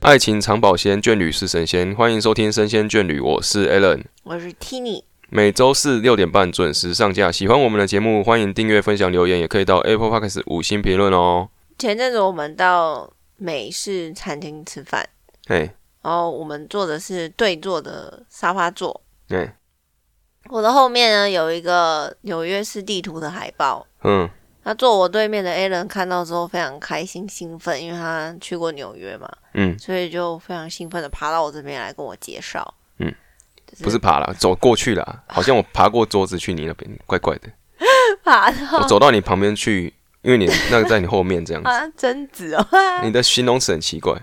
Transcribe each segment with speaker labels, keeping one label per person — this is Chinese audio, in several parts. Speaker 1: 爱情长保鲜，眷侣是神仙。欢迎收听《神仙眷侣》，我是 Alan。
Speaker 2: 我是 Tini，
Speaker 1: 每周四六点半准时上架。喜欢我们的节目，欢迎订阅、分享、留言，也可以到 Apple Podcast 五星评论哦。
Speaker 2: 前阵子我们到美式餐厅吃饭，
Speaker 1: 嘿，
Speaker 2: 然后我们坐的是对坐的沙发座，
Speaker 1: 嘿，
Speaker 2: 我的后面呢有一个纽约市地图的海报。
Speaker 1: 嗯，
Speaker 2: 那坐我对面的 A 人看到之后非常开心兴奋，因为他去过纽约嘛，
Speaker 1: 嗯，
Speaker 2: 所以就非常兴奋的爬到我这边来跟我介绍。
Speaker 1: 嗯，
Speaker 2: 就
Speaker 1: 不是爬啦，走过去 啦。好像我爬过桌子去你那边，怪怪 的。
Speaker 2: 爬
Speaker 1: 我
Speaker 2: 到
Speaker 1: 走到你旁边去，因为你那个在你后面这 样子，
Speaker 2: 啊贞子哦，
Speaker 1: 你的形容词很奇怪。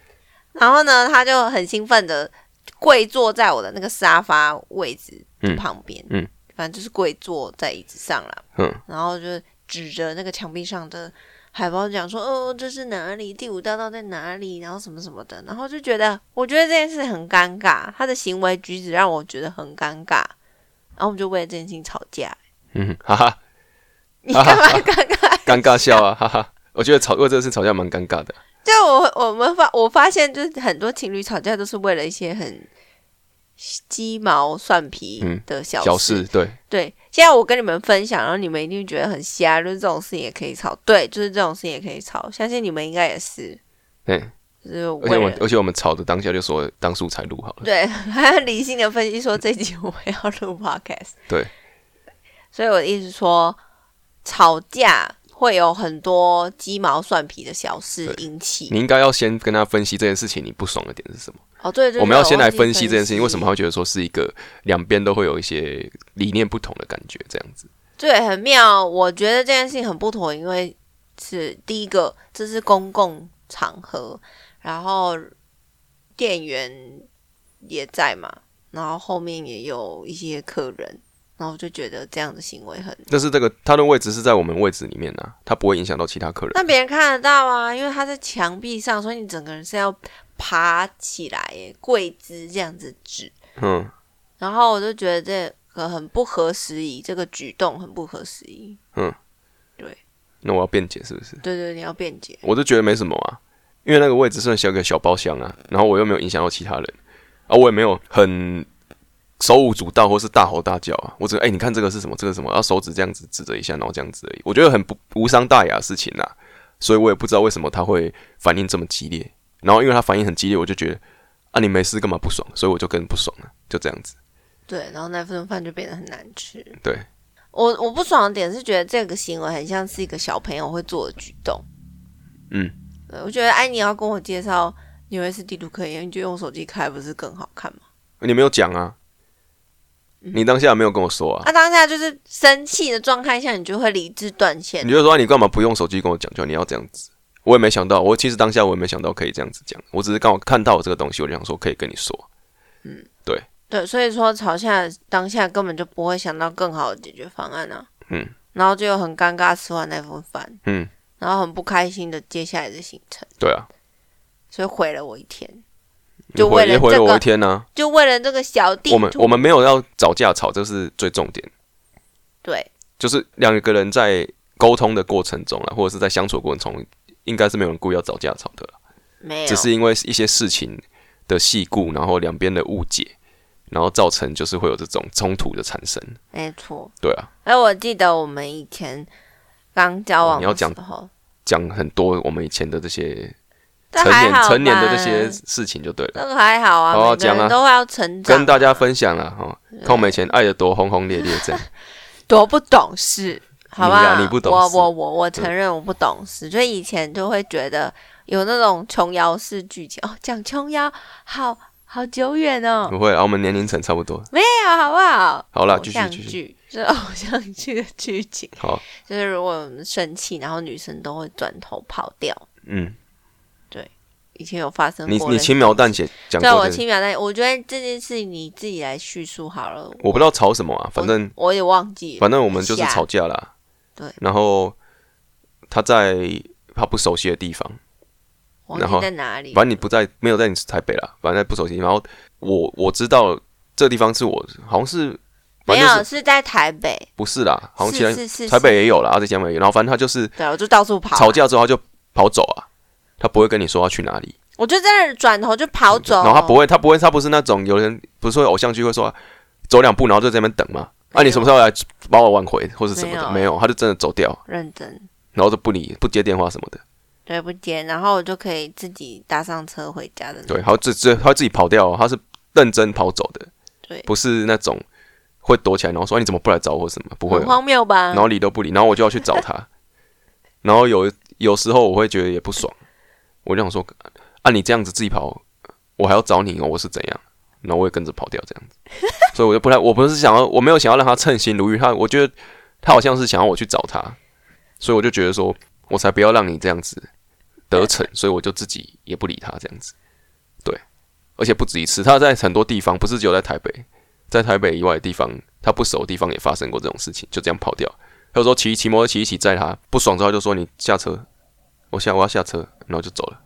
Speaker 2: 然后呢，他就很兴奋的跪坐在我的那个沙发位置
Speaker 1: 嗯
Speaker 2: 旁边，
Speaker 1: 嗯
Speaker 2: 反正就是跪坐在椅子上啦，
Speaker 1: 嗯，
Speaker 2: 然后就指着那个墙壁上的海报讲说，哦，这是哪里？第五大道在哪里？然后什么什么的，然后就觉得，我觉得这件事很尴尬，他的行为举止让我觉得很尴尬，然后我们就为了这件事情吵架。
Speaker 1: 嗯哼，哈哈，
Speaker 2: 你干嘛尴尬？
Speaker 1: 啊尴尬笑 啊，哈哈。我觉得吵为这次吵架蛮尴尬的。
Speaker 2: 就我我们发我发现，就是很多情侣吵架都是为了一些很鸡毛蒜皮
Speaker 1: 嗯
Speaker 2: 的小事。
Speaker 1: 小事，对，
Speaker 2: 对，现在我跟你们分享，然后你们一定觉得很瞎，就是这种事情也可以吵。对，就是这种事情也可以吵，相信你们应该也是，
Speaker 1: 对。
Speaker 2: 就是
Speaker 1: 而且我
Speaker 2: 为
Speaker 1: 们
Speaker 2: 了。
Speaker 1: 而且我们吵的当下就说当素材录好了，
Speaker 2: 对，还要理性的分析说这一集我们要录 podcast。
Speaker 1: 对，
Speaker 2: 所以我的意思是说，吵架会有很多鸡毛蒜皮的小事
Speaker 1: 对
Speaker 2: 引起
Speaker 1: 你。应该要先跟他分析这件事情你不爽的点是什么。
Speaker 2: 哦，对对对，
Speaker 1: 我们要先来
Speaker 2: 忘记
Speaker 1: 分析这件事情，为什么
Speaker 2: 析
Speaker 1: 他会觉得说是一个两边都会有一些理念不同的感觉这样子。
Speaker 2: 对，很妙。我觉得这件事情很不妥，因为是第一个，这是公共场合，然后店员也在嘛，然后后面也有一些客人，然后我就觉得这样的行为很……
Speaker 1: 但是这个他的位置是在我们位置里面啊，他不会影响到其他客人。
Speaker 2: 但别人看得到啊，因为他在墙壁上，所以你整个人是要爬起来耶，跪姿这样子指。
Speaker 1: 嗯，
Speaker 2: 然后我就觉得这个很不合时宜，这个举动很不合时宜。
Speaker 1: 那我要辩解是不是？
Speaker 2: 对对，你要辩解。
Speaker 1: 我就觉得没什么啊，因为那个位置是很小个小包厢啊，然后我又没有影响到其他人啊，我也没有很手舞足蹈或是大吼大叫啊，我只哎、你看这个是什么，这个是什么，然后手指这样子指着一下，然后这样子而已，我觉得很不无伤大雅的事情啊，所以我也不知道为什么他会反应这么激烈，然后因为他反应很激烈，我就觉得啊你没事干嘛不爽，所以我就更不爽了、啊就这样子，
Speaker 2: 对，然后那份饭就变得很难吃。
Speaker 1: 对，
Speaker 2: 我我不爽的点是觉得这个行为很像是一个小朋友会做的举动。
Speaker 1: 嗯
Speaker 2: 对，我觉得哎，你要跟我介绍纽约市地图可以，你就用手机开，不是更好看吗？
Speaker 1: 你没有讲啊，你当下没有跟我说啊
Speaker 2: 那、。当下就是生气的状态下，你就会理智断线
Speaker 1: 你。就说、啊你干嘛不用手机跟我讲，就你要这样子？我也没想到，我其实当下我也没想到可以这样子讲，我只是刚好看到这个东西，我就想说可以跟你说。
Speaker 2: 对，所以说吵架当下根本就不会想到更好的解决方案啊。
Speaker 1: 嗯，
Speaker 2: 然后就很尴尬吃完那份饭，
Speaker 1: 嗯，
Speaker 2: 然后很不开心的接下来的行程，
Speaker 1: 对啊，
Speaker 2: 所以毁了我一天。
Speaker 1: 也
Speaker 2: 就为
Speaker 1: 回
Speaker 2: 了
Speaker 1: 也回
Speaker 2: 这
Speaker 1: 了我
Speaker 2: 个
Speaker 1: 一天呢、
Speaker 2: 就为了这个小地图，
Speaker 1: 我们我们没有要找架吵，这是最重点，
Speaker 2: 对
Speaker 1: 就是两个人在沟通的过程中啦，或者是在相处的过程中，应该是没有人故意要找架吵的啦，
Speaker 2: 没有，
Speaker 1: 只是因为一些事情的细故，然后两边的误解，然后造成就是会有这种冲突的产生。
Speaker 2: 没错。
Speaker 1: 对啊，
Speaker 2: 哎，我记得我们以前刚交
Speaker 1: 哦
Speaker 2: 往
Speaker 1: 你要
Speaker 2: 的
Speaker 1: 讲
Speaker 2: 时候，
Speaker 1: 讲很多我们以前的这些
Speaker 2: 这
Speaker 1: 成
Speaker 2: 还
Speaker 1: 年
Speaker 2: 好
Speaker 1: 成年的
Speaker 2: 吧
Speaker 1: 这些，事情就对了。
Speaker 2: 这个还好啊，
Speaker 1: 好啊
Speaker 2: 每个
Speaker 1: 讲啊
Speaker 2: 人都会要成长啊，
Speaker 1: 跟大家分享了哈、哦，
Speaker 2: 嗯
Speaker 1: 看我们以前爱的多轰轰烈烈这样。
Speaker 2: 多不懂事，好不
Speaker 1: 你啊
Speaker 2: 好？
Speaker 1: 你不懂
Speaker 2: 我
Speaker 1: 事嗯
Speaker 2: 我我我承认我不懂事，就以前就会觉得有那种琼瑶式剧情哦，讲琼瑶好好久远哦，
Speaker 1: 不会啊，我们年龄层差不多。
Speaker 2: 没有好不好？
Speaker 1: 好啦，
Speaker 2: 偶
Speaker 1: 啊继续
Speaker 2: 像
Speaker 1: 继续。
Speaker 2: 剧是偶像剧的剧情，
Speaker 1: 好，
Speaker 2: 就是如果我们生气，然后女生都会转头跑掉。
Speaker 1: 嗯，
Speaker 2: 以前有发生
Speaker 1: 你
Speaker 2: 过类似，
Speaker 1: 你轻描淡写讲
Speaker 2: 对
Speaker 1: 过
Speaker 2: 我
Speaker 1: 这，
Speaker 2: 轻描淡写，我觉得这件事你自己来叙述好了。
Speaker 1: 我不知道吵什么啊，反正
Speaker 2: 我也忘记了，
Speaker 1: 反正我们就是吵架啦。
Speaker 2: 对
Speaker 1: 然后他在他不熟悉的地方，
Speaker 2: 忘
Speaker 1: 然后
Speaker 2: 记在哪里。
Speaker 1: 反正你不在，没有在你台北啦，反正在不熟悉。然后我我知道这地方是我好像是，反
Speaker 2: 没
Speaker 1: 正、
Speaker 2: 有
Speaker 1: 就是、
Speaker 2: 是在台北，
Speaker 1: 不是啦，好像其
Speaker 2: 是
Speaker 1: 他
Speaker 2: 是是
Speaker 1: 台北
Speaker 2: 是
Speaker 1: 也有啦，啊这江北也有。然后反正他就是
Speaker 2: 对，我就到处跑啊
Speaker 1: 吵。架之后他就跑走啊，他不会跟你说要去哪里。
Speaker 2: 我就在那转头就跑走。
Speaker 1: 然后他不会，他不会，他不是那种有人不是说偶像剧会说、走两步然后就在那边等嘛？啊，
Speaker 2: 没
Speaker 1: 你
Speaker 2: 有
Speaker 1: 什么时候来把我挽回或是什么
Speaker 2: 没
Speaker 1: 的？
Speaker 2: 有
Speaker 1: 没有，他就真的走掉，
Speaker 2: 认真，
Speaker 1: 然后就不理、不接电话什么的。
Speaker 2: 对不接，然后我就可以自己搭上车回家的那种。
Speaker 1: 对，他自自他自己跑掉哦，他是认真跑走的，
Speaker 2: 对
Speaker 1: 不是那种会躲起来然后说、哎你怎么不来找我或什么，不会哦、
Speaker 2: 很荒谬吧
Speaker 1: 然？后理都不理，然后我就要去找他，然后有有时候我会觉得也不爽，我就想说，啊你这样子自己跑，我还要找你哦，我是怎样？然后我也跟着跑掉这样子，所以我就不太，我不是想要，我没有想要让他称心如意，他我觉得他好像是想要我去找他，所以我就觉得说，我才不要让你这样子得逞，所以我就自己也不理他这样子，对，而且不止一次，他在很多地方，不是只有在台北，在台北以外的地方，他不熟的地方也发生过这种事情，就这样跑掉。他有时候骑骑摩托车骑一骑载他，不爽之后就说你下车，我下我要下车，然后就走了。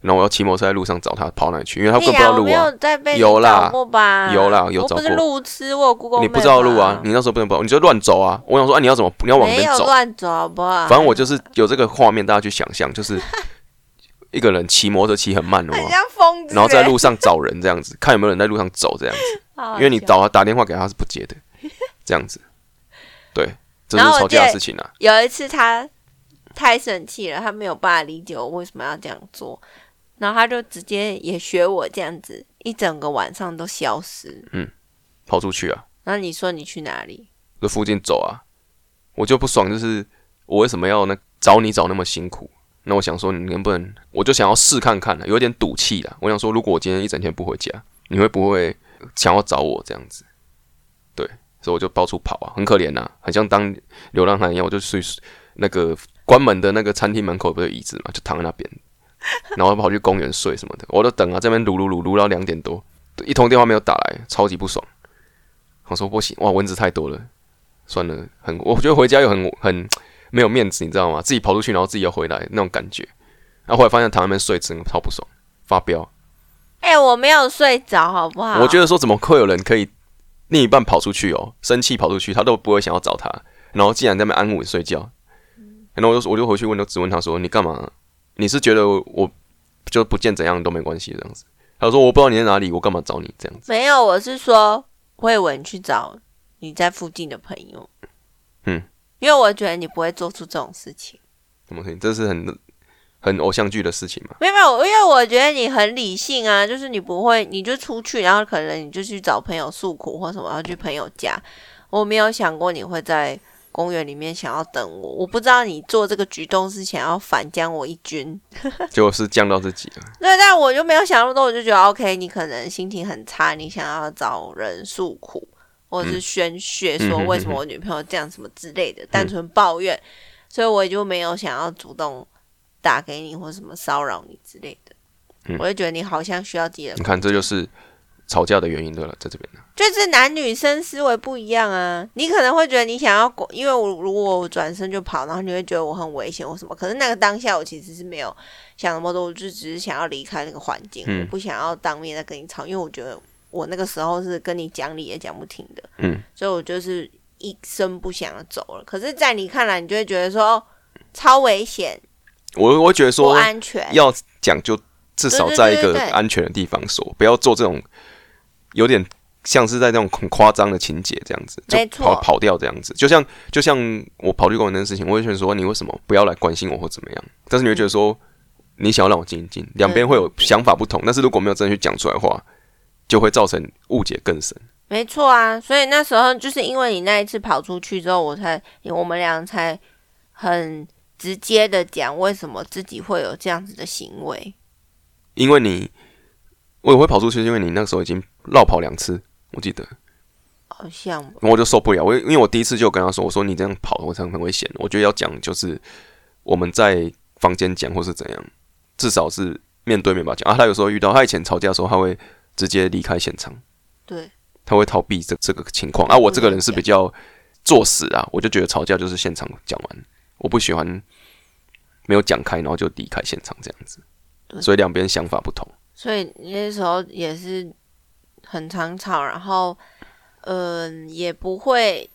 Speaker 1: 然后我要骑摩托车在路上找他，跑哪里去？因为他
Speaker 2: 屁
Speaker 1: 更不知
Speaker 2: 呀
Speaker 1: 道
Speaker 2: 我
Speaker 1: 路
Speaker 2: 没
Speaker 1: 啊。
Speaker 2: 有在被你
Speaker 1: 有啦
Speaker 2: 找过吧？
Speaker 1: 有啦有
Speaker 2: 我
Speaker 1: 找
Speaker 2: 不是
Speaker 1: 过
Speaker 2: 路痴，我有 Google
Speaker 1: 你不
Speaker 2: Map
Speaker 1: 知道路啊，你那时候不能跑，你就乱走啊。我想说啊，你要怎么，你要往哪
Speaker 2: 没
Speaker 1: 边
Speaker 2: 有
Speaker 1: 走？啊
Speaker 2: 乱走好不好？
Speaker 1: 反正我就是有这个画面，大家去想象，就是 一个人骑摩托车骑很慢哦，
Speaker 2: 很像疯子欸，
Speaker 1: 然后在路上找人这样子，看有没有人在路上走这样子，
Speaker 2: 好好
Speaker 1: 因为你
Speaker 2: 笑
Speaker 1: 找他打电话给他是不接的，这样子，对，这是
Speaker 2: 然后我
Speaker 1: 吵架
Speaker 2: 记
Speaker 1: 的
Speaker 2: 得
Speaker 1: 事情啊。
Speaker 2: 有一次他太生气了，他没有办法理解我为什么要这样做，然后他就直接也学我这样子，一整个晚上都消失。
Speaker 1: 跑出去啊，
Speaker 2: 然后你说你去哪里？
Speaker 1: 这附近走啊，我就不爽，就是我为什么要那找你找那么辛苦？那我想说，你能不能，我就想要试看看了，有点赌气啦。我想说，如果我今天一整天不回家，你会不会想要找我这样子？对，所以我就到处跑啊，很可怜呐、很像当流浪汉一样，我就去那个关门的那个餐厅门口不是有椅子嘛，就躺在那边，然后跑去公园睡什么的，我都等啊，这边撸撸撸撸到两点多，一通电话没有打来，超级不爽。我说不行，哇，蚊子太多了，算了，很，我觉得回家又很很没有面子，你知道吗？自己跑出去，然后自己又回来那种感觉。然后后来发现躺在那边睡，真的超不爽，发飙。
Speaker 2: 哎、我没有睡着，好不好？
Speaker 1: 我觉得说，怎么会有人可以另一半跑出去哦，生气跑出去，他都不会想要找他，然后竟然在那边安稳睡觉。然后我就我就回去问，就质问他说：“你干嘛？你是觉得我就不见怎样都没关系这样子？”他说：“我不知道你在哪里，我干嘛找你这样子
Speaker 2: 没有，我是说慧文去找你在附近的朋友。
Speaker 1: 嗯，
Speaker 2: 因为我觉得你不会做出这种事情。？”
Speaker 1: 怎么可以？这是很很偶像剧的事情 嘛？
Speaker 2: 没有，没有，因为我觉得你很理性啊，就是你不会，你就出去，然后可能你就去找朋友诉苦或什么，然后去朋友家。我没有想过你会在公园里面想要等我，我不知道你做这个举动是想要反将我一军。
Speaker 1: 就是降到自己了。
Speaker 2: 对，但我就没有想那么多，我就觉得 OK，你可能心情很差，你想要找人诉苦，或者是宣泄
Speaker 1: 嗯嗯
Speaker 2: 说
Speaker 1: 哼嗯
Speaker 2: 为什么我女朋友这样什么之类的，单纯抱怨，所以我也就没有想要主动打给你或什么骚扰你之类的。
Speaker 1: 嗯
Speaker 2: 我就觉得你好像需要敌人
Speaker 1: 你，看，这就是吵架的原因对了，在这边呢
Speaker 2: 就是男女生思维不一样啊。你可能会觉得你想要过，因为我如果我转身就跑，然后你会觉得我很危险或什么。可是那个当下，我其实是没有想那么多，我就只是想要离开那个环境，
Speaker 1: 嗯
Speaker 2: 我不想要当面再跟你吵，因为我觉得我那个时候是跟你讲理也讲不听的，
Speaker 1: 嗯，
Speaker 2: 所以我就是一声不响的走了。可是，在你看来，你就会觉得说哦超危险、
Speaker 1: 我我觉得
Speaker 2: 不
Speaker 1: 说
Speaker 2: 安全，
Speaker 1: 要讲就至少在一
Speaker 2: 对对
Speaker 1: 个
Speaker 2: 对对
Speaker 1: 安全的地方说，不要做这种有点像是在那种很夸张的情节这样子，就
Speaker 2: 没错
Speaker 1: 跑跑掉这样子。就像就像我跑去公园那件事情，我会觉得说你为什么不要来关心我或怎么样？但是你会觉得说你想要让我静一静，两边会有想法不同，但是如果没有真的去讲出来的话，就会造成误解更深。
Speaker 2: 没错啊，所以那时候就是因为你那一次跑出去之后，我才我们俩才很直接的讲为什么自己会有这样子的行为。
Speaker 1: 因为你我也会跑出去，是因为你那个时候已经绕跑两次，我记得。
Speaker 2: 好像吧
Speaker 1: 我就受不了。我因为我第一次就跟他说，我说你这样跑，我这样很危险。我觉得要讲就是我们在房间讲，或是怎样，至少是面对面吧讲啊。他有时候遇到他以前吵架的时候，他会直接离开现场，
Speaker 2: 对，
Speaker 1: 他会逃避这这个情况啊。我这个人是比较作死啊，我就觉得吵架就是现场讲完，我不喜欢没有讲开，然后就离开现场这样子。
Speaker 2: 对
Speaker 1: 所以两边想法不同，
Speaker 2: 所以你那时候也是很常吵，然后嗯、也不会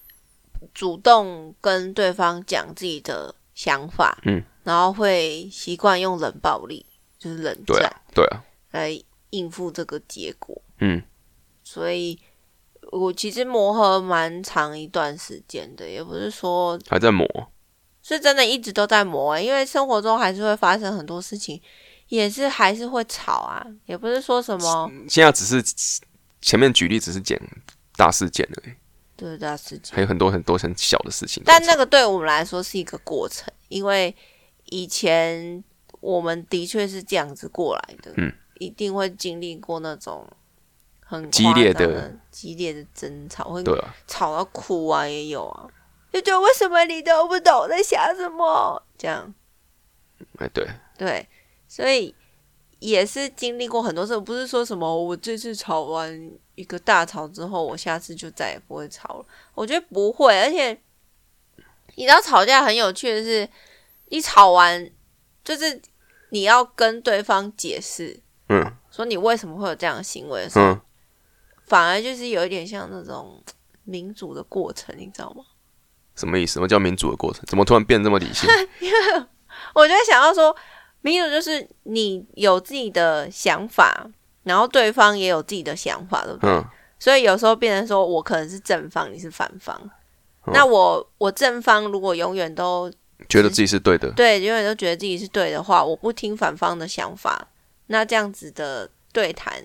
Speaker 2: 主动跟对方讲自己的想法，
Speaker 1: 嗯，
Speaker 2: 然后会习惯用冷暴力，就是冷
Speaker 1: 对
Speaker 2: 战。
Speaker 1: 啊对啊，
Speaker 2: 来应付这个结果，
Speaker 1: 嗯，
Speaker 2: 所以我其实磨合蛮长一段时间的，也不是说
Speaker 1: 还在磨，
Speaker 2: 是真的一直都在磨、欸，因为生活中还是会发生很多事情，也是还是会吵啊，也不是说什么
Speaker 1: 现在只是前面举例只是讲大事件而已，
Speaker 2: 对大事情，
Speaker 1: 还有很多很多很小的事情。
Speaker 2: 但那个对我们来说是一个过程，因为以前我们的确是这样子过来的，
Speaker 1: 嗯，
Speaker 2: 一定会经历过那种很
Speaker 1: 激烈
Speaker 2: 夸张
Speaker 1: 的
Speaker 2: 的、激烈的争吵，会
Speaker 1: 对啊，
Speaker 2: 吵到哭啊，也有啊，就觉得为什么你都不懂我在想什么这样。
Speaker 1: 哎对，
Speaker 2: 对，所以也是经历过很多次，不是说什么我这次吵完一个大吵之后，我下次就再也不会吵了。我觉得不会，而且你知道吵架很有趣的是，你吵完就是你要跟对方解释
Speaker 1: 嗯
Speaker 2: 说你为什么会有这样的行为的时候，
Speaker 1: 嗯，
Speaker 2: 反而就是有一点像那种民主的过程，你知道吗？
Speaker 1: 什么意思？什么叫民主的过程？怎么突然变这么理性？
Speaker 2: 我就会想要说，民主就是你有自己的想法，然后对方也有自己的想法，对不对？
Speaker 1: 嗯
Speaker 2: 所以有时候变成说我可能是正方，你是反方。
Speaker 1: 嗯
Speaker 2: 那我我正方如果永远都
Speaker 1: 觉得自己是对的，
Speaker 2: 对，永远都觉得自己是对的话，我不听反方的想法，那这样子的对谈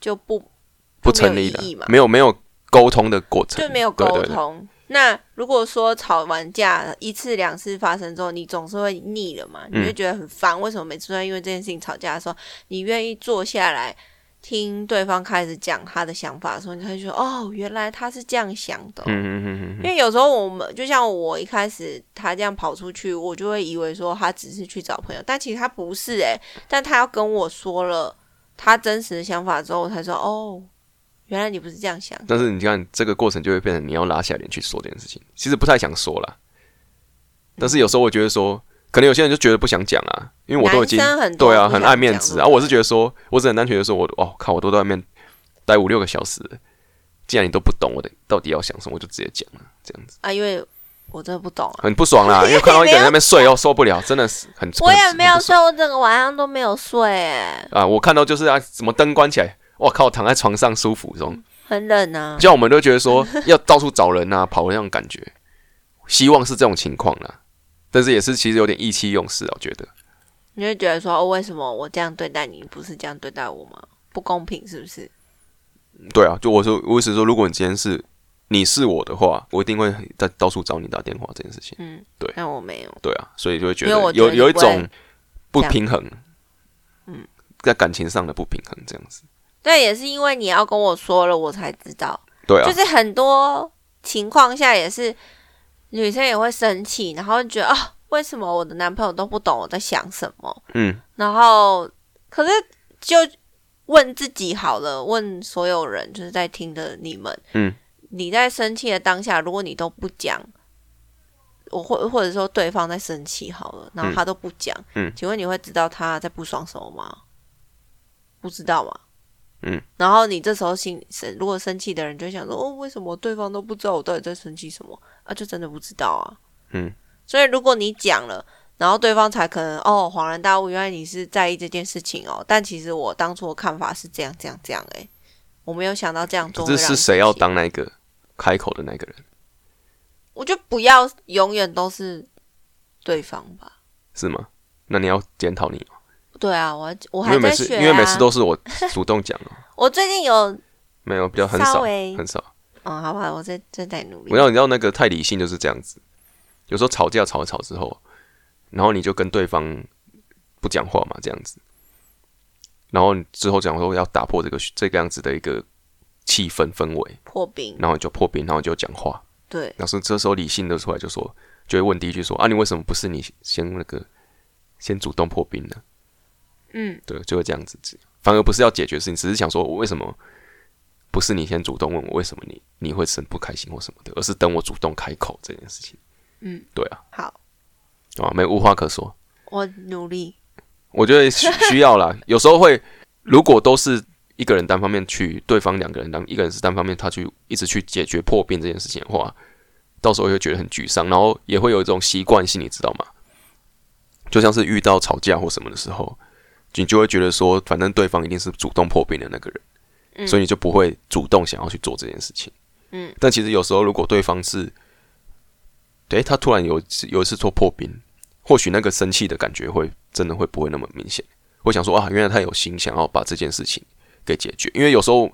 Speaker 2: 就不
Speaker 1: 不成立
Speaker 2: 就没有意义嘛
Speaker 1: 的，没有没有沟通的过程，
Speaker 2: 就没有沟
Speaker 1: 对
Speaker 2: 通。
Speaker 1: 对对
Speaker 2: 那如果说吵完架一次两次发生之后，你总是会腻了嘛，
Speaker 1: 嗯
Speaker 2: 你会觉得很烦。为什么每次都要因为这件事情吵架的时候，你愿意坐下来听对方开始讲他的想法的时候，你才会觉得哦，原来他是这样想的哦、
Speaker 1: 嗯嗯嗯嗯
Speaker 2: 因为有时候我们就像我一开始他这样跑出去，我就会以为说他只是去找朋友，但其实他不是诶、但他要跟我说了他真实的想法之后，我才说哦，原来你不是这样想。
Speaker 1: 但是你看，这个过程就会变成你要拉下脸去说这件事情，其实不太想说啦。但是有时候我觉得说，可能有些人就觉得不想讲啊，因为我都已经
Speaker 2: 男生很多
Speaker 1: 对啊，
Speaker 2: 不想
Speaker 1: 很爱面子
Speaker 2: 讲
Speaker 1: 啊。我是觉得说，我只很单纯的说，我哦靠，我都在外面待五六个小时了，既然你都不懂我的到底要想什么，我就直接讲了，这样子
Speaker 2: 啊，因为我真的不懂啊，
Speaker 1: 很不爽啦。因为看到一个人在那边睡哦，受不了，真的是很
Speaker 2: 我也没有
Speaker 1: 很不
Speaker 2: 睡，
Speaker 1: 爽
Speaker 2: 我整个晚上都没有睡、欸，
Speaker 1: 啊。我看到就是啊，怎么灯关起来，我靠，躺在床上舒服这种。
Speaker 2: 嗯很冷啊。
Speaker 1: 像我们都觉得说要到处找人啊，跑那种感觉，希望是这种情况啦。但是也是其实有点意气用事啊，我觉得
Speaker 2: 你会觉得说，哦，为什么我这样对待你，不是这样对待我吗？不公平是不是？
Speaker 1: 对啊。就我说，我意思是说，如果你今天是你是我的话，我一定会在到处找你打电话这件事情。
Speaker 2: 嗯，
Speaker 1: 对
Speaker 2: 但我没有。
Speaker 1: 对啊，所以就会觉得
Speaker 2: 因为我觉得
Speaker 1: 有有一
Speaker 2: 你不会
Speaker 1: 种不平衡，
Speaker 2: 嗯，
Speaker 1: 在感情上的不平衡这样子。
Speaker 2: 但也是因为你要跟我说了，我才知道。
Speaker 1: 对啊
Speaker 2: 就，是很多情况下也是，女生也会生气，然后觉得啊、为什么我的男朋友都不懂我在想什么？
Speaker 1: 嗯，
Speaker 2: 然后可是就问自己好了，问所有人，就是在听的你们，
Speaker 1: 嗯，
Speaker 2: 你在生气的当下，如果你都不讲，我或或者说对方在生气好了，然后他都不讲，
Speaker 1: 嗯
Speaker 2: 请问你会知道他在不爽什么吗？不知道嘛，啊
Speaker 1: 嗯，
Speaker 2: 然后你这时候心生如果生气的人就会想说，哦，为什么对方都不知道我到底在生气什么啊？就真的不知道啊，
Speaker 1: 嗯，
Speaker 2: 所以如果你讲了。然后对方才可能哦恍然大悟，原来你是在意这件事情哦。但其实我当初的看法是这样这样这样哎、我没有想到这样做
Speaker 1: 可
Speaker 2: 会
Speaker 1: 是
Speaker 2: 让你
Speaker 1: 是谁要
Speaker 2: 生气
Speaker 1: 当那个开口的那个人？
Speaker 2: 我就不要永远都是对方吧。
Speaker 1: 是吗？那你要检讨你，
Speaker 2: 对啊，我我
Speaker 1: 因为
Speaker 2: 还
Speaker 1: 每
Speaker 2: 在
Speaker 1: 次
Speaker 2: 学、啊
Speaker 1: 因为每次都是我主动讲哦，
Speaker 2: 我最近有
Speaker 1: 没有比较很
Speaker 2: 稍
Speaker 1: 少
Speaker 2: 微
Speaker 1: 很少。
Speaker 2: 嗯，好吧，我在正在努力
Speaker 1: 我。要你知道那个太理性就是这样子，有时候吵架吵一吵之后，然后你就跟对方不讲话嘛，这样子，然后你之后讲说要打破这个这个样子的一个气氛氛围，
Speaker 2: 破冰，
Speaker 1: 然后你就破冰，然后你就讲话，
Speaker 2: 对，
Speaker 1: 然后这时候理性的出来就说，就会问第一句说啊，你为什么不是你先那个先主动破冰呢？
Speaker 2: 嗯，
Speaker 1: 对，就会这样子，反而不是要解决事情，只是想说我为什么不是你先主动问我为什么你你会生不开心或什么的，而是等我主动开口这件事情。
Speaker 2: 嗯，
Speaker 1: 对啊，
Speaker 2: 好，
Speaker 1: 啊，没无话可说，
Speaker 2: 我努力。
Speaker 1: 我觉得 需需要啦，有时候会如果都是一个人单方面去，对方两个人单一个人是单方面他去一直去解决破病这件事情的话，到时候会觉得很沮丧，然后也会有一种习惯性，你知道吗？就像是遇到吵架或什么的时候，你就会觉得说，反正对方一定是主动破冰的那个人，
Speaker 2: 嗯
Speaker 1: 所以你就不会主动想要去做这件事情。
Speaker 2: 嗯，
Speaker 1: 但其实有时候如果对方是，诶、他突然有一次有一次做破冰，或许那个生气的感觉会真的会不会那么明显。我想说啊，原来他有心想要把这件事情给解决，因为有时候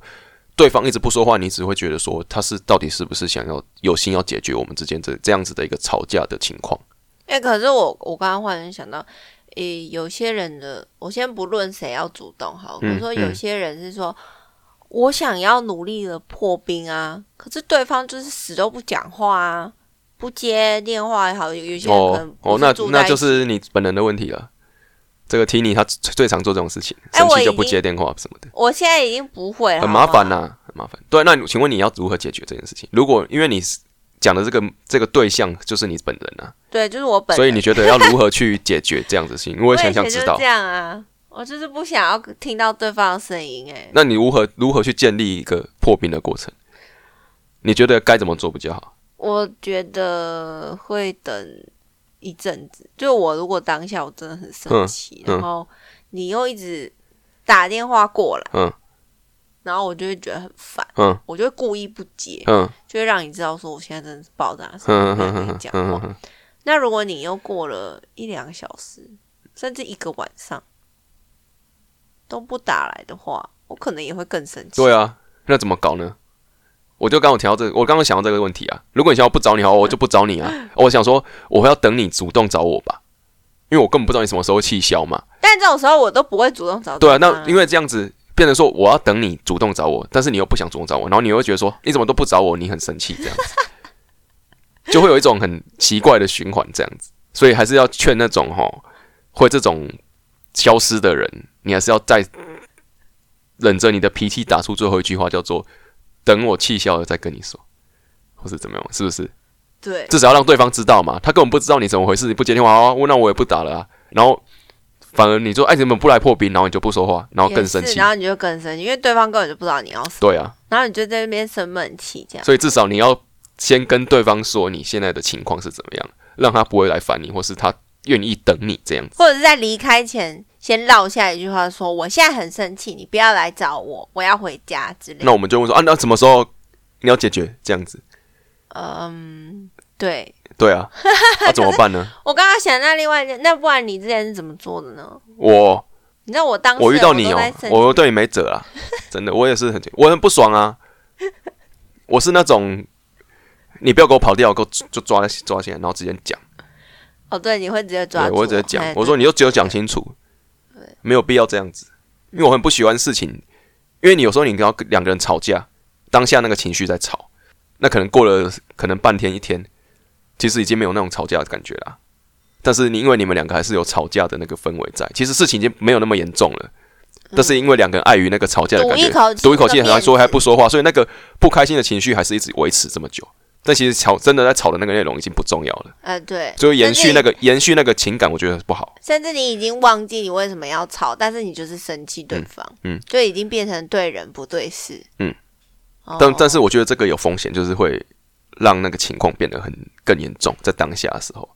Speaker 1: 对方一直不说话，你只会觉得说他是到底是不是想要有心要解决我们之间这这样子的一个吵架的情况。
Speaker 2: 哎、可是我我刚刚忽然想到，诶、有些人的，我先不论谁要主动好，我
Speaker 1: 嗯
Speaker 2: 说
Speaker 1: 嗯
Speaker 2: 有些人是说，我想要努力的破冰啊，可是对方就是死都不讲话啊，不接电话也好，有有些人可能
Speaker 1: 哦
Speaker 2: 不
Speaker 1: 哦，
Speaker 2: 是
Speaker 1: 那
Speaker 2: 住在
Speaker 1: 那
Speaker 2: 一
Speaker 1: 就
Speaker 2: 起
Speaker 1: 是你本人的问题了。这个 Tini 他最最常做这种事情，
Speaker 2: 哎
Speaker 1: 生
Speaker 2: 我
Speaker 1: 气
Speaker 2: 已
Speaker 1: 就不
Speaker 2: 经
Speaker 1: 接电话什么的，
Speaker 2: 我现在已经不会了，
Speaker 1: 很
Speaker 2: 好
Speaker 1: 麻
Speaker 2: 吗
Speaker 1: 烦呐、啊很麻烦。对，那你请问你要如何解决这件事情？如果因为你是讲的这个这个对象就是你本人啊，
Speaker 2: 对，就是我本人，
Speaker 1: 所以你觉得要如何去解决这样子的事 情？我
Speaker 2: 我
Speaker 1: 也很
Speaker 2: 以前
Speaker 1: 想
Speaker 2: 就是
Speaker 1: 知道
Speaker 2: 这。样啊，我就是不想要听到对方的声音、欸，哎，
Speaker 1: 那你如何如何去建立一个破冰的过程？你觉得该怎么做比较好？
Speaker 2: 我觉得会等一阵子。就我如果当下我真的很生气，
Speaker 1: 嗯嗯
Speaker 2: 然后你又一直打电话过来，
Speaker 1: 嗯
Speaker 2: 然后我就会觉得很烦，
Speaker 1: 嗯
Speaker 2: 我就会故意不接，
Speaker 1: 嗯
Speaker 2: 就会让你知道说我现在真的是爆炸声，
Speaker 1: 嗯嗯
Speaker 2: 不想跟你
Speaker 1: 嗯
Speaker 2: 讲
Speaker 1: 嗯
Speaker 2: 话。
Speaker 1: 嗯，
Speaker 2: 那如果你又过了一两个小时，甚至一个晚上都不打来的话，我可能也会更生气。
Speaker 1: 对啊，那怎么搞呢？我就刚好提到这个，我刚刚想到这个问题啊。如果你想要不找你好，我就不找你啊。我想说，我要等你主动找我吧，因为我根本不知道你什么时候气消嘛。
Speaker 2: 但这种时候我都不会主动找
Speaker 1: 对啊，
Speaker 2: 对方
Speaker 1: 那因为这样子变成说我要等你主动找我，但是你又不想主动找我，然后你又会觉得说你怎么都不找我，你很生气这样子， 就会有一种很奇怪的循环这样子。所以还是要劝那种吼会这种消失的人，你还是要再忍着你的脾气打出最后一句话，叫做“等我气消了再跟你说”，或是怎么样，是不是？
Speaker 2: 对
Speaker 1: 至少要让对方知道嘛，他根本不知道你怎么回事，你不接电话哦，那我也不打了啊。然后反而你说，哎，你怎么不来破冰？然后你就不说话，然后
Speaker 2: 也
Speaker 1: 更生
Speaker 2: 是
Speaker 1: 气
Speaker 2: 然。后你就更生气，因为对方根本就不知道你要什么，
Speaker 1: 对啊，
Speaker 2: 然后你就在那边生闷气这样。
Speaker 1: 所以至少你要先跟对方说你现在的情况是怎么样，让他不会来烦你，或是他愿意等你这样子。
Speaker 2: 或者是在离开前先撂下一句话说，我现在很生气，你不要来找我，我要回家之类
Speaker 1: 那
Speaker 2: 的。
Speaker 1: 我们就问说，啊，那什么时候你要解决这样子？
Speaker 2: 嗯，对
Speaker 1: 对啊，那、怎么办 呢？
Speaker 2: 我刚刚想到另外一件，那不然你之前是怎么做的呢？
Speaker 1: 我
Speaker 2: 你知道我当时
Speaker 1: 我遇到你
Speaker 2: 都
Speaker 1: 哦
Speaker 2: 在生，气
Speaker 1: 我对你没辙 啊，真的，我也是很我很不爽啊，我是那种你不要给我跑掉，给我就抓在抓起来，然后直接讲。
Speaker 2: 哦，对，你会直接抓
Speaker 1: 对，
Speaker 2: 住，
Speaker 1: 我会直接讲
Speaker 2: 哎，
Speaker 1: 我说你就只有讲清楚，没有必要这样子，因为我很不喜欢事情，因为你有时候你要两个人吵架，当下那个情绪在吵，那可能过了可能半天一天，其实已经没有那种吵架的感觉啦。但是你因为你们两个还是有吵架的那个氛围在，其实事情已经没有那么严重了，但是因为两个人碍于那个吵架的感
Speaker 2: 嗯赌一
Speaker 1: 觉，
Speaker 2: 口气
Speaker 1: 赌一口气
Speaker 2: 这个面
Speaker 1: 还说
Speaker 2: 子
Speaker 1: 还不说话，所以那个不开心的情绪还是一直维持这么久。但其实吵真的在吵的那个内容已经不重要了，
Speaker 2: 哎、对，
Speaker 1: 就延续那
Speaker 2: 个
Speaker 1: 个延续那个情感，我觉得不好。
Speaker 2: 甚至，甚至你已经忘记你为什么要吵，但是你就是生气对方，
Speaker 1: 嗯嗯
Speaker 2: 就已经变成对人不对事，
Speaker 1: 嗯
Speaker 2: 哦，
Speaker 1: 但但是我觉得这个有风险，就是会让那个情况变得很更严重，在当下的时候，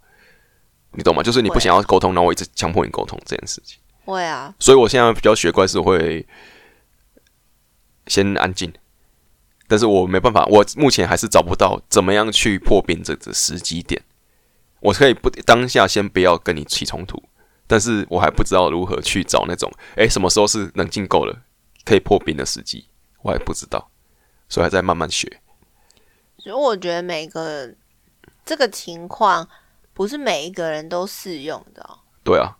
Speaker 1: 你懂吗？就是你不
Speaker 2: 会
Speaker 1: 想要沟通，然后我一直强迫你沟通这件事情。
Speaker 2: 会啊，
Speaker 1: 所以我现在比较学乖，是我会先安静，但是我没办法，我目前还是找不到怎么样去破冰这个时机点。我可以不当下先不要跟你起冲突，但是我还不知道如何去找那种，诶、什么时候是冷静够了可以破冰的时机，我还不知道，所以还在慢慢学。
Speaker 2: 所以我觉得每个这个情况不是每一个人都适用的哦、
Speaker 1: 对啊，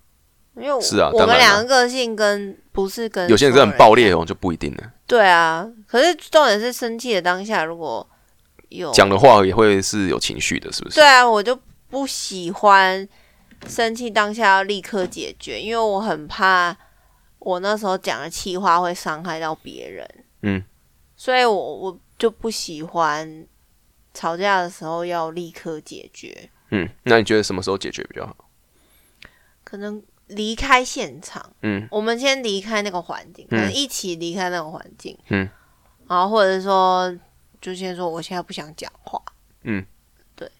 Speaker 2: 因为我
Speaker 1: 是啊
Speaker 2: 我
Speaker 1: 当
Speaker 2: 们
Speaker 1: 然啊
Speaker 2: 两个个性跟不是跟
Speaker 1: 有些人
Speaker 2: 所
Speaker 1: 是
Speaker 2: 有
Speaker 1: 很暴烈哦，就不一定了，
Speaker 2: 对啊。可是重点是生气的当下，如果有
Speaker 1: 讲的话也会是有情绪的，是不是？
Speaker 2: 对啊，我就不喜欢生气当下要立刻解决，因为我很怕我那时候讲的气话会伤害到别人，
Speaker 1: 嗯，
Speaker 2: 所以我我就不喜欢吵架的时候要立刻解决。
Speaker 1: 嗯，那你觉得什么时候解决比较好？
Speaker 2: 可能离开现场，
Speaker 1: 嗯，
Speaker 2: 我们先离开那个环境，可
Speaker 1: 嗯
Speaker 2: 能一起离开那个环境，
Speaker 1: 嗯，
Speaker 2: 然后或者说就先说我现在不想讲话，
Speaker 1: 嗯，
Speaker 2: 对，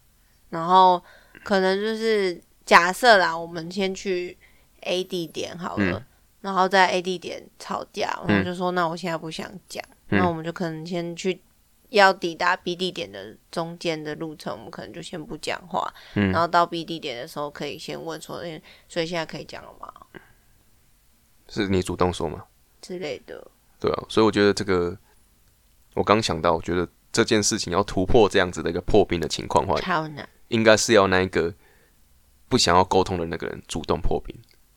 Speaker 2: 然后可能就是假设啦，我们先去 A 地点好了，
Speaker 1: 嗯
Speaker 2: 然后在 A 地点吵架，
Speaker 1: 嗯
Speaker 2: 然后就说、那我现在不想讲，
Speaker 1: 嗯
Speaker 2: 那我们就可能先去要抵达 B 地点的中间的路程，我们可能就先不讲话，
Speaker 1: 嗯
Speaker 2: 然后到 B 地点的时候可以先问说，哎所以现在可以讲了吗
Speaker 1: 是你主动说吗？
Speaker 2: 之类的，
Speaker 1: 对啊，所以我觉得这个，我刚想到，我觉得这件事情要突破这样子的一个破冰的情况的话，
Speaker 2: 超难，
Speaker 1: 应该是要那一个不想要沟通的那个人主动破冰，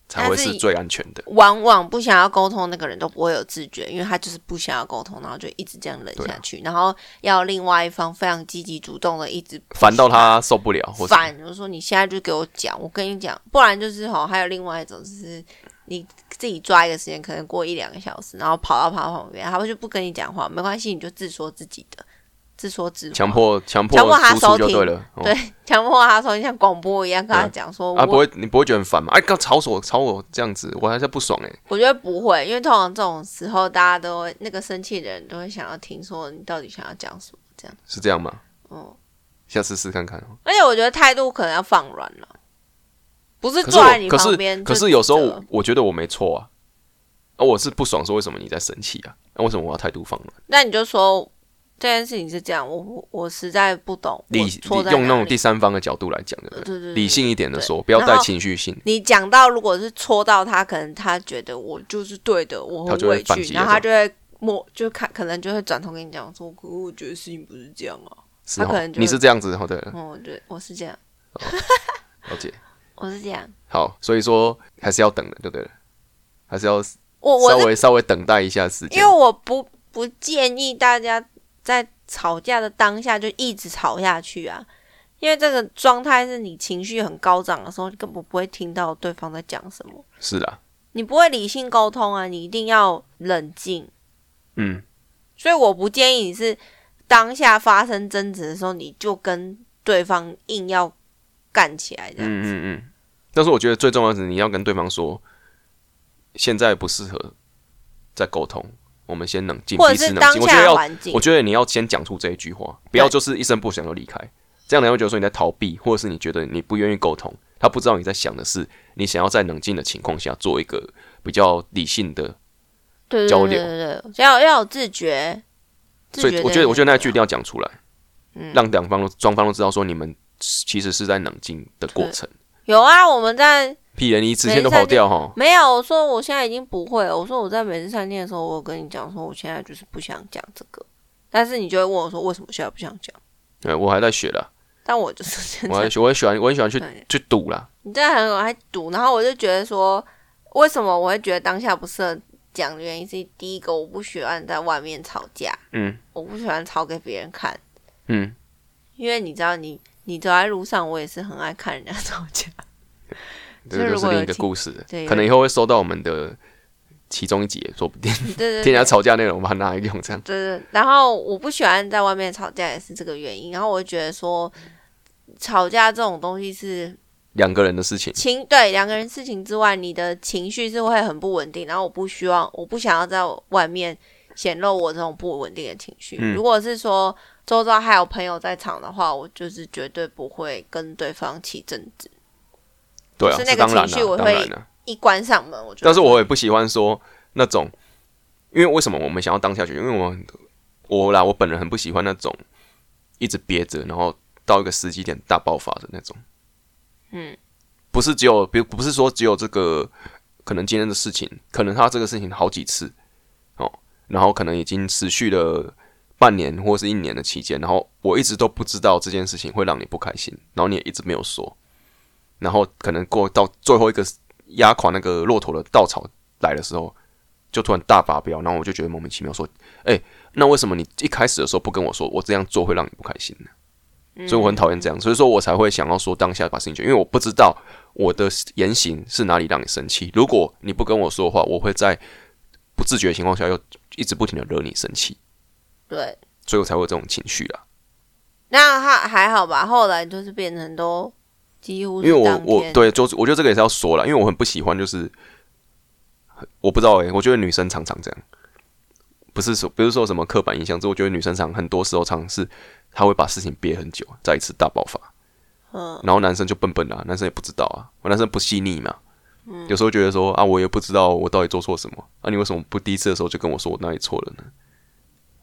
Speaker 1: 才会是最安全的。
Speaker 2: 往往不想要沟通那个人都不会有自觉，因为他就是不想要沟通，然后就一直这样忍
Speaker 1: 对啊
Speaker 2: 下去，然后要另外一方非常积极主动的一直
Speaker 1: 烦到他受不了，或是
Speaker 2: 烦，我说你现在就给我讲，我跟你讲，不然就是吼，还有另外一种就是你自己抓一个时间，可能过一两个小时，然后跑到他旁边，他会就不跟你讲话，没关系，你就自说自己的，自说自话
Speaker 1: 强，迫强迫
Speaker 2: 强迫他
Speaker 1: 输出
Speaker 2: 收
Speaker 1: 就
Speaker 2: 听
Speaker 1: 对了。哦
Speaker 2: 对强迫他说，你像广播一样跟他讲说，
Speaker 1: 啊，
Speaker 2: 我
Speaker 1: 不会，你不会觉得很烦吗？哎，刚吵死我，吵我这样子，我还是不爽哎、
Speaker 2: 我觉得不会，因为通常这种时候，大家都会那个生气的人都会想要听说你到底想要讲什么这样，
Speaker 1: 是这样吗？
Speaker 2: 嗯，
Speaker 1: 下次试看看哦。
Speaker 2: 而且我觉得态度可能要放软了，不是
Speaker 1: 可是
Speaker 2: 坐在你
Speaker 1: 我，可
Speaker 2: 旁边
Speaker 1: 是可
Speaker 2: 就是
Speaker 1: 有时候
Speaker 2: 指责
Speaker 1: 我我觉得我没错啊，啊，我是不爽，说为什么你在生气啊？那、为什么我要态度放软？
Speaker 2: 那你就说这件事情是这样，我我我实在不懂，
Speaker 1: 理
Speaker 2: 我错在
Speaker 1: 理用那
Speaker 2: 哪
Speaker 1: 种
Speaker 2: 里
Speaker 1: 第三方的角度来讲，对不
Speaker 2: 对
Speaker 1: 对？
Speaker 2: 对对
Speaker 1: 理。性一点的
Speaker 2: 对
Speaker 1: 说，不要
Speaker 2: 然
Speaker 1: 带
Speaker 2: 后
Speaker 1: 情绪性。
Speaker 2: 你讲到如果是戳到他，可能他觉得我就是对的，我
Speaker 1: 他
Speaker 2: 很
Speaker 1: 就会
Speaker 2: 委
Speaker 1: 反
Speaker 2: 屈，
Speaker 1: 击
Speaker 2: 然后
Speaker 1: 那
Speaker 2: 他就会默就看，可能就会转头跟你讲说，可是我觉得事情不是这样啊，
Speaker 1: 是
Speaker 2: 他可
Speaker 1: 哦
Speaker 2: 能就
Speaker 1: 你
Speaker 2: 会
Speaker 1: 是这样子，好的，
Speaker 2: 嗯，我觉得我是这样，
Speaker 1: 了解。
Speaker 2: 我是这样，
Speaker 1: 好，所以说还是要等的，对不对了？还是要稍
Speaker 2: 我我是
Speaker 1: 微稍微等待一下时
Speaker 2: 因
Speaker 1: 间
Speaker 2: 为。我不不建议大家在吵架的当下就一直吵下去啊。因为这个状态是你情绪很高涨的时候，你根本不会听到对方在讲什么。
Speaker 1: 是啦，
Speaker 2: 你不会理性沟通啊，你一定要冷静。
Speaker 1: 嗯，
Speaker 2: 所以我不建议你是当下发生争执的时候，你就跟对方硬要干起来这样。
Speaker 1: 嗯嗯嗯。但是我觉得最重要的是你要跟对方说，现在不适合再沟通，我们先冷静，
Speaker 2: 或者
Speaker 1: 彼此
Speaker 2: 是
Speaker 1: 冷
Speaker 2: 当
Speaker 1: 静。我觉
Speaker 2: 下
Speaker 1: 得
Speaker 2: 的
Speaker 1: 要，
Speaker 2: 环境
Speaker 1: 我，觉得你要先讲出这一句话，不要就是一声不响就离开，这样人家会觉得说你在逃避，或者是你觉得你不愿意沟通，他不知道你在想的是你想要在冷静的情况下做一个比较理性的
Speaker 2: 对对
Speaker 1: 交
Speaker 2: 对
Speaker 1: 流
Speaker 2: 对对对，要要有自觉。自
Speaker 1: 所以
Speaker 2: 觉
Speaker 1: 我
Speaker 2: 这
Speaker 1: 觉得，我
Speaker 2: 件
Speaker 1: 觉得那一
Speaker 2: 事
Speaker 1: 句一定要讲出来，
Speaker 2: 嗯
Speaker 1: 让两方都双方都知道说你们其实是在冷静的过程。
Speaker 2: 有啊，我们在
Speaker 1: 屁人，你之前都跑掉哈，
Speaker 2: 没有我说我现在已经不会了。我说我在每次上店的时候，我有跟你讲说我现在就是不想讲这个，但是你就会问我说为什么现在不想讲？
Speaker 1: 对我还在学 啦，
Speaker 2: 但我就是现
Speaker 1: 我
Speaker 2: 在
Speaker 1: 还我很喜欢我很喜欢去
Speaker 2: 对
Speaker 1: 去赌啦，
Speaker 2: 你真的很爱赌，然后我就觉得说，为什么我会觉得当下不适合讲的原因是，第一个我不喜欢在外面吵架，
Speaker 1: 嗯
Speaker 2: 我不喜欢吵给别人看，
Speaker 1: 嗯，
Speaker 2: 因为你知道你，你走在路上，我也是很爱看人家吵架。
Speaker 1: 这
Speaker 2: 所以
Speaker 1: 个就
Speaker 2: 如
Speaker 1: 是
Speaker 2: 果有
Speaker 1: 另一个
Speaker 2: 听
Speaker 1: 故事了
Speaker 2: 对，有
Speaker 1: 可能以后会收到我们的其中一集也说不定，
Speaker 2: 对对
Speaker 1: 听人家
Speaker 2: 对，
Speaker 1: 吵架内容把它拿来用这样。
Speaker 2: 对对。然后我不喜欢在外面吵架，也是这个原因。然后我就觉得说，吵架这种东西是
Speaker 1: 两个人的事情，
Speaker 2: 情对两个人事情之外，你的情绪是会很不稳定，然后我不希望，我不想要在外面显露我这种不稳定的情绪。
Speaker 1: 嗯
Speaker 2: 如果是说周遭还有朋友在场的话，我就是绝对不会跟对方起争执。
Speaker 1: 对啊，
Speaker 2: 是
Speaker 1: 是
Speaker 2: 那个
Speaker 1: 当然
Speaker 2: 情绪我
Speaker 1: 啦，当
Speaker 2: 会
Speaker 1: 然啦。
Speaker 2: 一关上门，我觉得
Speaker 1: 但是我也不喜欢说那种，因为为什么我们想要当下去？因为我我啦，我本人很不喜欢那种一直憋着，然后到一个时机点大爆发的那种。
Speaker 2: 嗯，
Speaker 1: 不是只有，比如不是说只有这个，可能今天的事情，可能他这个事情好几次哦，然后可能已经持续了半年或是一年的期间，然后我一直都不知道这件事情会让你不开心，然后你也一直没有说，然后可能过到最后一个压垮那个骆驼的稻草来的时候，就突然大发飙，然后我就觉得莫名其妙，说，哎、那为什么你一开始的时候不跟我说，我这样做会让你不开心呢？
Speaker 2: 嗯
Speaker 1: 所以我很讨厌这样，所以说我才会想要说当下把事情解决，因为我不知道我的言行是哪里让你生气。如果你不跟我说的话，我会在不自觉的情况下又一直不停的惹你生气，
Speaker 2: 对。
Speaker 1: 所以我才会有这种情绪啦。
Speaker 2: 那还还好吧，后来就是变成都几乎
Speaker 1: 因
Speaker 2: 是
Speaker 1: 为我
Speaker 2: 当
Speaker 1: 我
Speaker 2: 天
Speaker 1: 对，就是我觉得这个也是要说了，因为我很不喜欢，就是我不知道诶、我觉得女生常常这样，不是说不是说什么刻板印象，只是我觉得女生常很多时候常是她会把事情憋很久，再一次大爆发，
Speaker 2: 嗯
Speaker 1: 然后男生就笨笨的啊、男生也不知道啊，我男生不细腻嘛，
Speaker 2: 嗯
Speaker 1: 有时候觉得说啊，我也不知道我到底做错什么，啊，你为什么不第一次的时候就跟我说我哪里错了呢？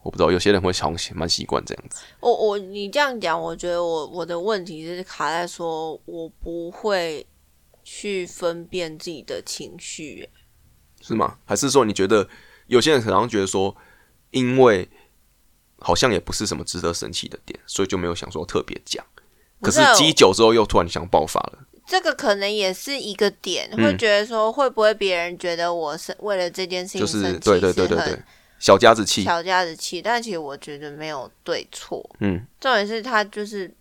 Speaker 1: 我不知道，有些人会常蛮习惯这样子。
Speaker 2: 我哦我你这样讲，我觉得我我的问题是卡在说我不会去分辨自己的情绪耶，
Speaker 1: 是吗？还是说你觉得有些人可能觉得说，因为好像也不是什么值得生气的点，所以就没有想说特别讲。可
Speaker 2: 不
Speaker 1: 是
Speaker 2: 是
Speaker 1: 积久之后又突然想爆发了，
Speaker 2: 这个可能也是一个点，
Speaker 1: 嗯
Speaker 2: 会觉得说会不会别人觉得我是为了这件事情
Speaker 1: 就
Speaker 2: 生
Speaker 1: 是
Speaker 2: 气，
Speaker 1: 对对对对对，小家子气，
Speaker 2: 小家子气，但其实我觉得没有对错，
Speaker 1: 嗯，
Speaker 2: 重点是他就是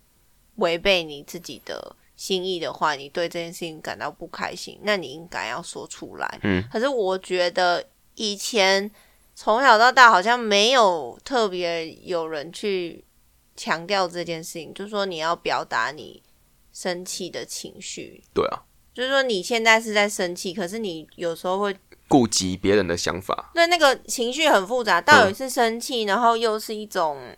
Speaker 2: 违背你自己的心意的话，你对这件事情感到不开心，那你应该要说出来。
Speaker 1: 嗯，
Speaker 2: 可是我觉得以前从小到大好像没有特别有人去强调这件事情，就说你要表达你生气的情绪，
Speaker 1: 对啊，
Speaker 2: 就是说你现在是在生气，可是你有时候会
Speaker 1: 顾及别人的想法，
Speaker 2: 对那个情绪很复杂，到底是生气，然后又是一种。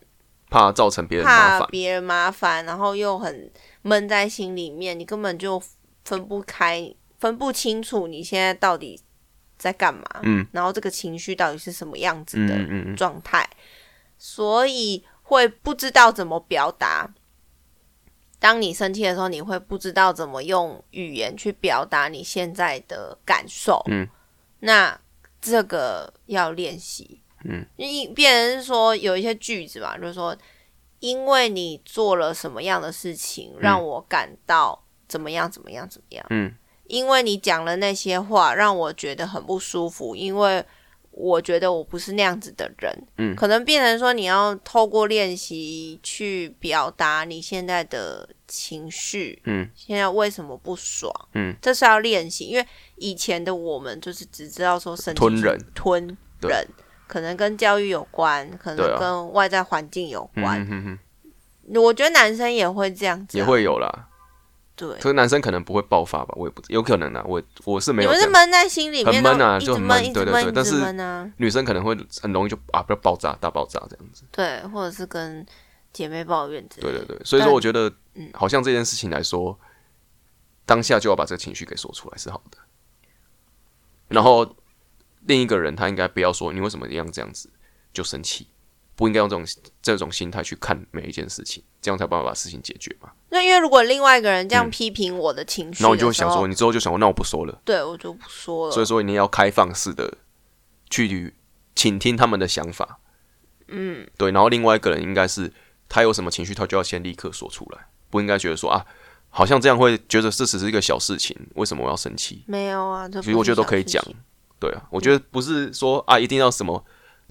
Speaker 1: 怕造成别人麻
Speaker 2: 怕
Speaker 1: 烦，
Speaker 2: 别人麻烦，然后又很闷在心里面，你根本就分不开、分不清楚你现在到底在干嘛，
Speaker 1: 嗯，
Speaker 2: 然后这个情绪到底是什么样子
Speaker 1: 嗯
Speaker 2: 的
Speaker 1: 嗯嗯，
Speaker 2: 状态，所以会不知道怎么表达。当你生气的时候，你会不知道怎么用语言去表达你现在的感受，
Speaker 1: 嗯，
Speaker 2: 那这个要练习，
Speaker 1: 嗯，
Speaker 2: 一别人是说有一些句子嘛，就是说因为你做了什么样的事情，让我感到怎么样怎么样怎么样。
Speaker 1: 嗯，
Speaker 2: 因为你讲了那些话，让我觉得很不舒服，因为我觉得我不是那样子的人。
Speaker 1: 嗯
Speaker 2: 可能变成说你要透过练习去表达你现在的情绪，
Speaker 1: 嗯，
Speaker 2: 现在为什么不爽？
Speaker 1: 嗯，
Speaker 2: 这是要练习，因为以前的我们就是只知道说生气
Speaker 1: 吞
Speaker 2: 就是
Speaker 1: 忍
Speaker 2: 吞
Speaker 1: 对
Speaker 2: 忍。可能跟教育有关，可
Speaker 1: 对啊
Speaker 2: 能跟外在环境有
Speaker 1: 嗯
Speaker 2: 关，
Speaker 1: 嗯嗯嗯，
Speaker 2: 我觉得男生也会这样子、啊，
Speaker 1: 也会有啦。
Speaker 2: 对。
Speaker 1: 可是男生可能不会爆发吧，我也不有可能啊，我我是没
Speaker 2: 你
Speaker 1: 有这
Speaker 2: 们是
Speaker 1: 样。
Speaker 2: 闷在心里面，
Speaker 1: 很闷啊
Speaker 2: 然后
Speaker 1: 就
Speaker 2: 一直
Speaker 1: 很
Speaker 2: 闷，
Speaker 1: 闷
Speaker 2: 一直
Speaker 1: 对对
Speaker 2: 闷，
Speaker 1: 对
Speaker 2: 一
Speaker 1: 但
Speaker 2: 直
Speaker 1: 是
Speaker 2: 闷啊，
Speaker 1: 女生可能会很容易就啊不要爆炸大爆炸这样子，
Speaker 2: 对，或者是跟姐妹抱怨之类
Speaker 1: 对
Speaker 2: 的。
Speaker 1: 对对，所以说
Speaker 2: 但
Speaker 1: 我觉得
Speaker 2: 嗯
Speaker 1: 好像这件事情来说，当下就要把这个情绪给说出来是好的。然后另一个人他应该不要说你为什么一样这样子就生气，不应该用这种这种心态去看每一件事情，这样才有办法把事情解决嘛。
Speaker 2: 那因为如果另外一个人这样
Speaker 1: 嗯
Speaker 2: 批评我的情绪，
Speaker 1: 然后你就会想
Speaker 2: 啊
Speaker 1: 说，，你之后就想说那我不说了。
Speaker 2: 对我就不说了。
Speaker 1: 所以说你要开放式的去倾听他们的想法。嗯，对。然后另外一个人应该是他有什么情绪，他就要先立刻说出来，不应该觉得说啊，好像这样会觉得这只是一个小事情，为什么我要生气？
Speaker 2: 没有啊，这
Speaker 1: 其实我觉得都
Speaker 2: 不是
Speaker 1: 可以
Speaker 2: 小
Speaker 1: 讲
Speaker 2: 事情。
Speaker 1: 对啊，我觉得不是说啊一定要什么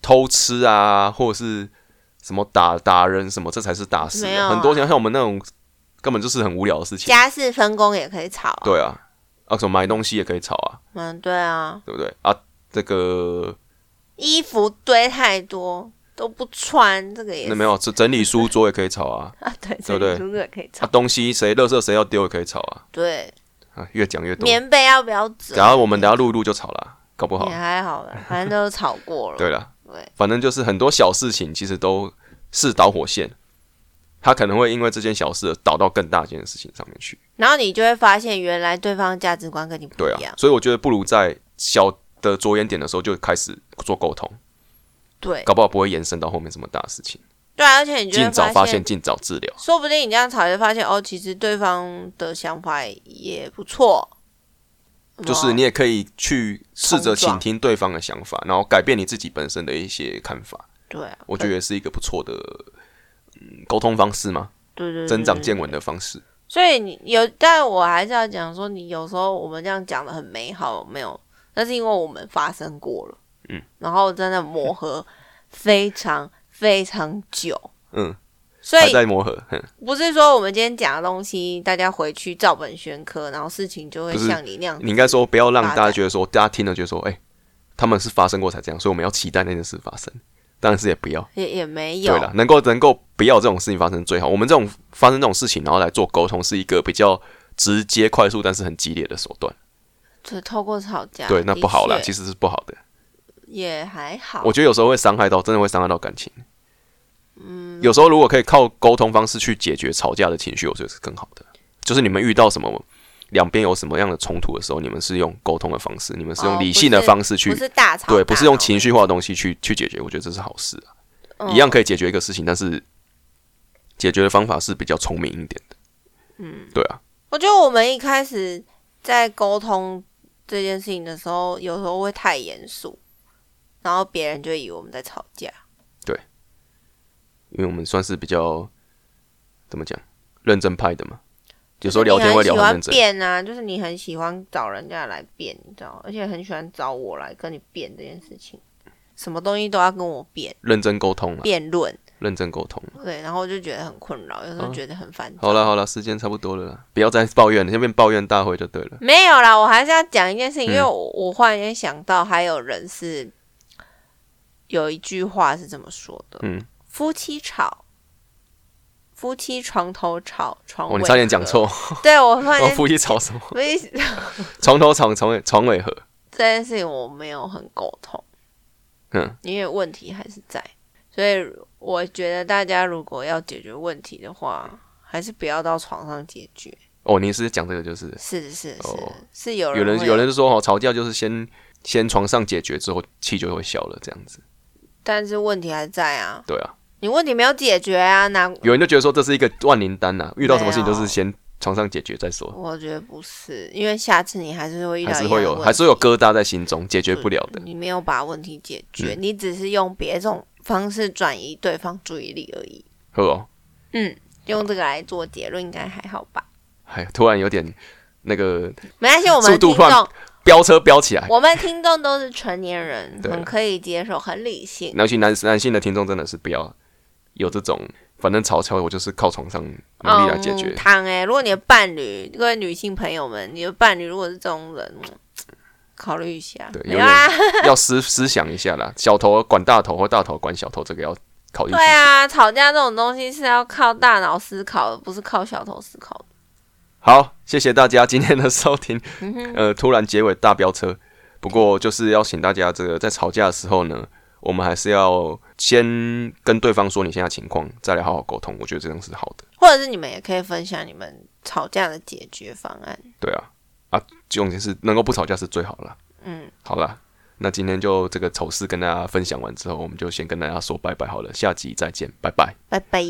Speaker 1: 偷吃啊，或者是什么打打人什么，这才是大事、
Speaker 2: 没有啊
Speaker 1: 很多像像我们那种根本就是很无聊的事情。
Speaker 2: 家事分工也可以吵、啊。，
Speaker 1: 对啊，啊什么买东西也可以吵啊，
Speaker 2: 嗯，对啊，
Speaker 1: 对不对啊？这个
Speaker 2: 衣服堆太多都不穿，这个也
Speaker 1: 那
Speaker 2: 是
Speaker 1: 没有，整整理书桌也可以吵啊，
Speaker 2: 啊，对，
Speaker 1: 对不对
Speaker 2: 这个也可以
Speaker 1: 啊
Speaker 2: 吵。
Speaker 1: 东西谁垃圾谁要丢也可以吵啊，
Speaker 2: 对，
Speaker 1: 啊越讲越多。
Speaker 2: 棉被要不要折？
Speaker 1: 然后我们等下录一录就吵啦，搞不好
Speaker 2: 也。还好啦，反正都吵过 了。
Speaker 1: 对了，
Speaker 2: 对
Speaker 1: 反正就是很多小事情其实都是导火线，他可能会因为这件小事而导到更大件事情上面去。
Speaker 2: 然后你就会发现，原来对方价值观跟你不
Speaker 1: 对
Speaker 2: 一样
Speaker 1: 啊，。所以我觉得不如在小的着眼点的时候就开始做沟通，
Speaker 2: 对
Speaker 1: 搞不好不会延伸到后面什么大事情。
Speaker 2: 对啊，而且你就
Speaker 1: 尽
Speaker 2: 会
Speaker 1: 早
Speaker 2: 发
Speaker 1: 发现，尽早治疗。
Speaker 2: 说不定你这样吵就发现哦，其实对方的想法也不错。
Speaker 1: 就是你也可以去试着
Speaker 2: 冲啊撞
Speaker 1: 倾听对方的想法，然后改变你自己本身的一些看法。
Speaker 2: 对啊，
Speaker 1: 我觉得是一个不错的嗯沟通方式嘛，
Speaker 2: 对对对
Speaker 1: 增长见
Speaker 2: 对
Speaker 1: 闻的方式。
Speaker 2: 所以你有，但我还是要讲说，你有时候我们这样讲的很美好，没有，那是因为我们发生过了，
Speaker 1: 嗯，
Speaker 2: 然后真的磨合非常非常久，
Speaker 1: 嗯，
Speaker 2: 所
Speaker 1: 还
Speaker 2: 以
Speaker 1: 在磨合，哼
Speaker 2: 不是说我们今天讲的东西，大家回去照本宣科，然后事情就会
Speaker 1: 不是
Speaker 2: 像你那样子
Speaker 1: 你应该说不要让大
Speaker 2: 发
Speaker 1: 家
Speaker 2: 展
Speaker 1: 觉得说，大家听了觉得说，哎、他们是发生过才这样，所以我们要期待那件事发生。当然是也不要，
Speaker 2: 也也没
Speaker 1: 对
Speaker 2: 有，
Speaker 1: 了，能够能够不要这种事情发生最好。我们这种发生这种事情，然后来做沟通，是一个比较直接、快速，但是很激烈的手段。
Speaker 2: 就透过吵架，
Speaker 1: 对，那不好啦，
Speaker 2: 啊的确
Speaker 1: 其实是不好的。
Speaker 2: 也还好。
Speaker 1: 我觉得有时候会伤害到，真的会伤害到感情。嗯，有时候如果可以靠沟通方式去解决吵架的情绪，我觉得是更好的。就是你们遇到什么两边有什么样的冲突的时候，你们是用沟通的方式，你们是
Speaker 2: 哦
Speaker 1: 用理
Speaker 2: 不
Speaker 1: 性的
Speaker 2: 是
Speaker 1: 方式去，
Speaker 2: 不是大吵大闹，嗯
Speaker 1: 对，不是用情绪化的东西去去解决。我觉得这是好事啊，一样可
Speaker 2: 以，
Speaker 1: 以解决一个事情，但是解决的方法是比较聪明一点的。嗯，对啊，
Speaker 2: 我觉得我们一开始在沟通这件事情的时候，有时候会太严肃，然后别人就以为我们在吵架。
Speaker 1: 因为我们算是比较怎么讲认真派的嘛，有时候聊天会聊很
Speaker 2: 你很喜欢
Speaker 1: 认真。
Speaker 2: 辩啊，就是你很喜欢找人家来辩，你知道吗，而且很喜欢找我来跟你辩这件事情，什么东西都要跟我辩
Speaker 1: 认真沟通了，啊
Speaker 2: 辩论，
Speaker 1: 认真沟通。啊
Speaker 2: 对，然后我就觉得很困扰，有时候
Speaker 1: 嗯
Speaker 2: 觉得很烦躁。
Speaker 1: 好了好了，时间差不多了啦，不要再抱怨了，下面抱怨大会就对了。
Speaker 2: 没有啦，我还是要讲一件事情，
Speaker 1: 嗯
Speaker 2: 因为我我忽然间想到，还有人是有一句话是这么说的：
Speaker 1: 嗯，
Speaker 2: 夫妻吵，夫妻床头吵，床尾
Speaker 1: 哦，
Speaker 2: 和。
Speaker 1: 你差点讲 错，
Speaker 2: 对 我忽然
Speaker 1: 哦，
Speaker 2: 间，
Speaker 1: 夫妻吵什么？
Speaker 2: 所以这
Speaker 1: 床头吵，床尾床尾和。
Speaker 2: 件事情我没有很沟通。
Speaker 1: 嗯，
Speaker 2: 因为问题还是在，所以我觉得大家如果要解决问题的话，还是不要到床上解决。
Speaker 1: 哦，你是讲这个就是
Speaker 2: 是是是、
Speaker 1: 哦
Speaker 2: 是有
Speaker 1: 有人
Speaker 2: 人会
Speaker 1: 有人，就说哦，吵架就是先先床上解决之后气就会消了这样子，
Speaker 2: 但是问题还在啊，
Speaker 1: 对啊，
Speaker 2: 你问题没有解决啊，哪？
Speaker 1: 有人就觉得说这是一个万灵丹呐、啊遇到什么事情
Speaker 2: 没
Speaker 1: 都
Speaker 2: 有
Speaker 1: 是先床上解决再说，
Speaker 2: 我觉得不是，因为下次你还是会遇到
Speaker 1: 还
Speaker 2: 啊一样
Speaker 1: 是
Speaker 2: 的
Speaker 1: 会有
Speaker 2: 问题
Speaker 1: 还是会有疙瘩在心中解决不了的。
Speaker 2: 你没有把问题解决，
Speaker 1: 嗯
Speaker 2: 你只是用别种方式转移对方注意力而已。
Speaker 1: 呵哦，
Speaker 2: 嗯，用这个来做结论应该还好吧？
Speaker 1: 哎，突然有点那个
Speaker 2: 没关系，我
Speaker 1: 速
Speaker 2: 们
Speaker 1: 度
Speaker 2: 听
Speaker 1: 换
Speaker 2: 众
Speaker 1: 飙车飙起来。
Speaker 2: 我们听众都是成年人，
Speaker 1: 对
Speaker 2: 很可以接受，很理性。
Speaker 1: 尤其男男性的听众真的是不要有这种，反正吵吵我就是靠床上努力来解决
Speaker 2: 嗯、。汤哎、如果你的伴侣，各位女性朋友们，你的伴侣如果是这种人，嗯考虑一下。
Speaker 1: 对
Speaker 2: 没有啊，
Speaker 1: 要思思想一下啦，小头管大头或大头管小头，这个要考虑。
Speaker 2: 对，啊，吵架这种东西是要靠大脑思考的，不是靠小头思考的。
Speaker 1: 好，谢谢大家今天的收听。
Speaker 2: 嗯哼，
Speaker 1: 呃，突然结尾大飙车，不过就是要请大家这个在吵架的时候呢，我们还是要先跟对方说你现在情况，再来好好沟通。我觉得这样是好的。
Speaker 2: 或者是你们也可以分享你们吵架的解决方案。
Speaker 1: 对啊，啊，重点是能够不吵架是最好了。
Speaker 2: 嗯，
Speaker 1: 好啦，那今天就这个丑事跟大家分享完之后，我们就先跟大家说拜拜好了，下集再见，拜拜。
Speaker 2: 拜拜。